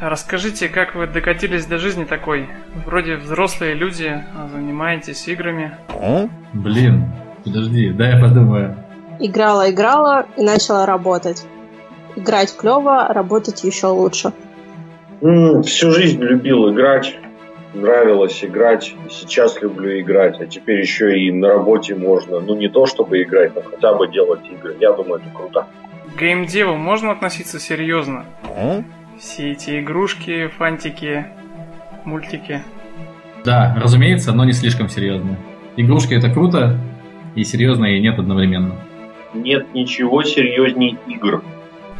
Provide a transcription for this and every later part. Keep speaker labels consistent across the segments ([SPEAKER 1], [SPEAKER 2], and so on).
[SPEAKER 1] Расскажите, как вы докатились до жизни такой? Вроде взрослые люди, а занимаетесь играми.
[SPEAKER 2] Блин, подожди, дай я подумаю.
[SPEAKER 3] Играла, играла и начала работать. Играть клево, работать еще лучше.
[SPEAKER 4] М, Ну, Всю жизнь любил играть. Нравилось играть. и Сейчас люблю играть. А теперь еще и на работе можно. Ну, не то чтобы играть, но хотя бы делать игры. Я думаю, это круто.
[SPEAKER 1] К геймдеву можно относиться серьезно? Все эти игрушки, фантики, мультики.
[SPEAKER 2] Да, разумеется, но не слишком серьезно. Игрушки это круто, и серьезно, и нет одновременно.
[SPEAKER 4] Нет ничего серьезней игр.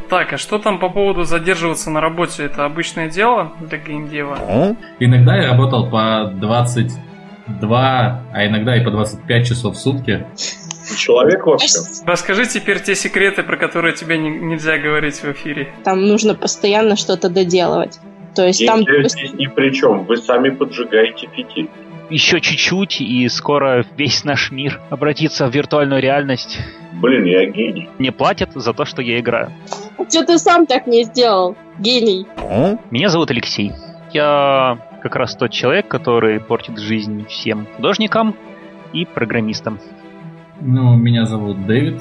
[SPEAKER 1] Так, а что там по поводу задерживаться на работе? Это обычное дело для геймдева?
[SPEAKER 2] Иногда я работал по 22, а иногда и по 25 часов в сутки.
[SPEAKER 4] И человек вообще.
[SPEAKER 1] Расскажи теперь те секреты, про которые тебе не- нельзя говорить в эфире.
[SPEAKER 3] Там нужно постоянно что-то доделывать. То есть там...
[SPEAKER 4] Геймдев здесь ни при чем. Вы сами поджигаете фитиль.
[SPEAKER 5] Еще чуть-чуть, и скоро весь наш мир обратится в виртуальную реальность.
[SPEAKER 4] Блин, я гений.
[SPEAKER 5] Мне платят за то, что я играю.
[SPEAKER 3] Что А ты сам так не сделал, гений?
[SPEAKER 5] Меня зовут Алексей. Я как раз тот человек, который портит жизнь всем художникам и программистам.
[SPEAKER 2] Ну, меня зовут Дэвид.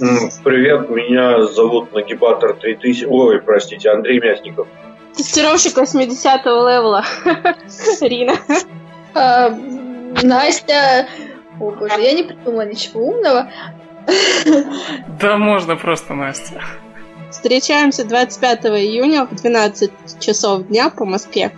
[SPEAKER 4] М, Привет, меня зовут Нагибатор 3000. Ой, простите, Андрей Мясников.
[SPEAKER 3] Тестировщик 80-го левела. Рина.
[SPEAKER 6] А, Настя... О боже, я не придумала ничего умного.
[SPEAKER 1] Да можно просто, Настя.
[SPEAKER 3] Встречаемся 25 июня в 12 часов дня по Москве.